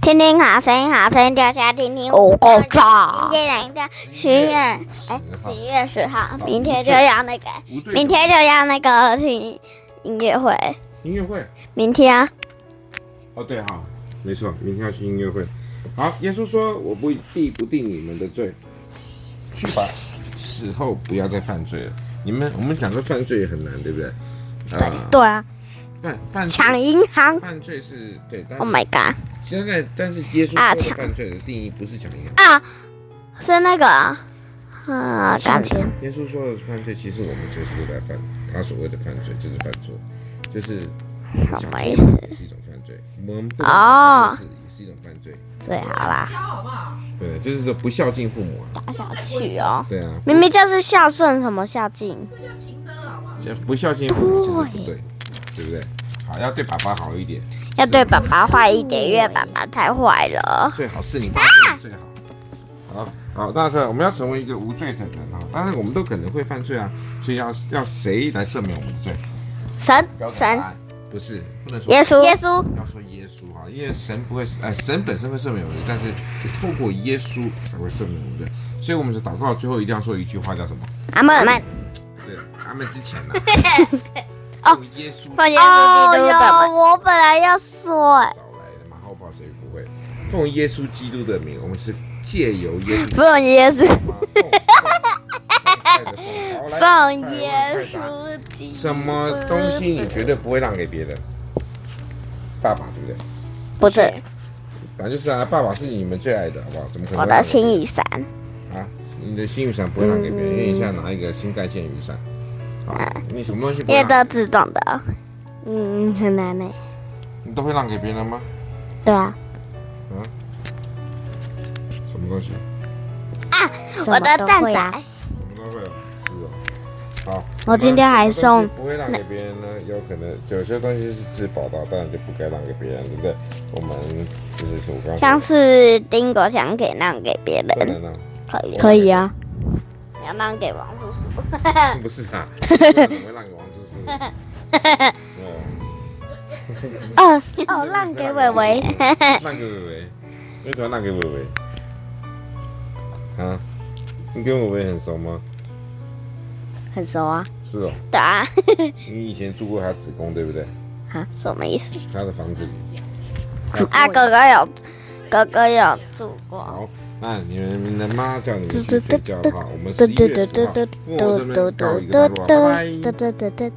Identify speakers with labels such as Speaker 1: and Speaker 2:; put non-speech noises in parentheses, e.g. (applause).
Speaker 1: 听听好声音，好声音掉下，听听
Speaker 2: 哦够
Speaker 1: 明
Speaker 2: 炸！
Speaker 1: 天两天，十月哎，十月十号，明天就要那个，
Speaker 3: 无罪
Speaker 1: 明天就要那个去音乐会，
Speaker 3: 音乐会
Speaker 1: 明天啊，
Speaker 3: 哦，对哈、没错，明天要去音乐会。好，耶稣说：“我不必不定你们的罪，去吧，死后不要再犯罪了。”你们我们讲的犯罪也很难，对不对？对
Speaker 1: 对啊，
Speaker 3: 犯犯罪
Speaker 1: 抢银行
Speaker 3: 犯罪是对，但
Speaker 1: ，Oh my god
Speaker 3: 现在但是耶稣
Speaker 1: 啊
Speaker 3: 说
Speaker 1: 抢
Speaker 3: 的犯罪的定义不是抢银行。
Speaker 1: 啊，是那个啊，感情
Speaker 3: 耶稣说的犯罪，其实我们就是都在犯。他所谓的犯罪就是犯错，就是
Speaker 1: 什么意思？
Speaker 3: 也是一种犯罪。我们不能
Speaker 1: 哦
Speaker 3: 就是也是一种犯罪。
Speaker 1: 最好啦，
Speaker 3: 对，就是说不孝敬父母啊。
Speaker 1: 打小去哦，
Speaker 3: 对啊，
Speaker 1: 明明就是孝顺什么孝敬，
Speaker 3: 这不孝敬父母就是不对，对不对？好，要对爸爸好一点，
Speaker 1: 要对爸爸坏一点，因为爸爸太坏了。
Speaker 3: 最好是你爸爸最好。好，好，那是我们要成为一个无罪的人啊！当然，我们都可能会犯罪啊，所以要要谁来赦免我们的罪？
Speaker 1: 神
Speaker 3: 标准
Speaker 1: 神
Speaker 3: 答案不是，不能说
Speaker 1: 耶稣耶稣
Speaker 3: 要说耶稣哈，因为神不会，呃，神本身会赦免我们，但是透过耶稣才会赦免我们的。所以我们的祷告最后一定要说一句话，叫什么？
Speaker 1: 阿门们
Speaker 3: 对，他们之前呢、
Speaker 1: 哦
Speaker 3: (laughs) 啊，有耶稣
Speaker 1: 奉耶稣
Speaker 2: 哦
Speaker 1: 基督的
Speaker 2: 哟，
Speaker 1: 门，
Speaker 2: 我本来要说，哎
Speaker 3: 找来的嘛，后怕谁不会？奉耶稣基督的名，我们是借由耶稣
Speaker 1: 奉耶稣
Speaker 3: 吗？奉奉
Speaker 1: 奉耶。稣基督
Speaker 3: 什么东西你绝对不会让给别人？爸爸对不对？
Speaker 1: 不是
Speaker 3: 反正就是啊，爸爸是你们最爱的，好不好？怎么可能？
Speaker 1: 我的新雨伞，
Speaker 3: 啊，你的新雨伞不会让给别人，因为你现在拿一个新干线雨伞，啊，你什么东西不
Speaker 1: 因
Speaker 3: 会
Speaker 1: 为
Speaker 3: 让？
Speaker 1: 都自动的，嗯，很难呢。
Speaker 3: 你都会让给别人吗？
Speaker 1: 对啊，
Speaker 3: 什么东西？
Speaker 1: 我的蛋仔，
Speaker 3: 什么都会有，是哦。好，
Speaker 2: 我今天还送
Speaker 3: 那什么东西不会让给别人呢，有可能有些东西是自保的，当然就不该让给别人，对不对？我们就是我刚
Speaker 1: 像是丁果想给让给别
Speaker 3: 不
Speaker 1: 人，
Speaker 3: 能让，
Speaker 1: 嗯可以
Speaker 2: 可以啊，
Speaker 1: 你要让给王叔叔，
Speaker 3: 不是啊，不会让给王叔叔。哦，
Speaker 1: (laughs) 哦
Speaker 2: 哦，让 (laughs) 给伟伟，
Speaker 3: 让给伟伟，为什么让给伟伟？啊，你跟伟伟很熟吗？
Speaker 2: 很熟啊，
Speaker 3: 是哦，
Speaker 1: (laughs) 对啊， (laughs)
Speaker 3: 你以前住过他子宫，对不对？
Speaker 1: 什么意思？
Speaker 3: 他的房子里。
Speaker 1: 啊，哥哥有哥哥有住过，
Speaker 3: 好，那你们的妈叫你们去睡觉的话，我们十
Speaker 2: 嘟
Speaker 3: 一
Speaker 2: 嘟
Speaker 3: 月十
Speaker 2: 嘟嘟
Speaker 3: 号
Speaker 2: 嘟，
Speaker 3: 父母这边
Speaker 2: 嘟嘟
Speaker 3: 告
Speaker 2: 嘟
Speaker 3: 一个段落，拜拜
Speaker 2: 嘟。嘟嘟嘟嘟。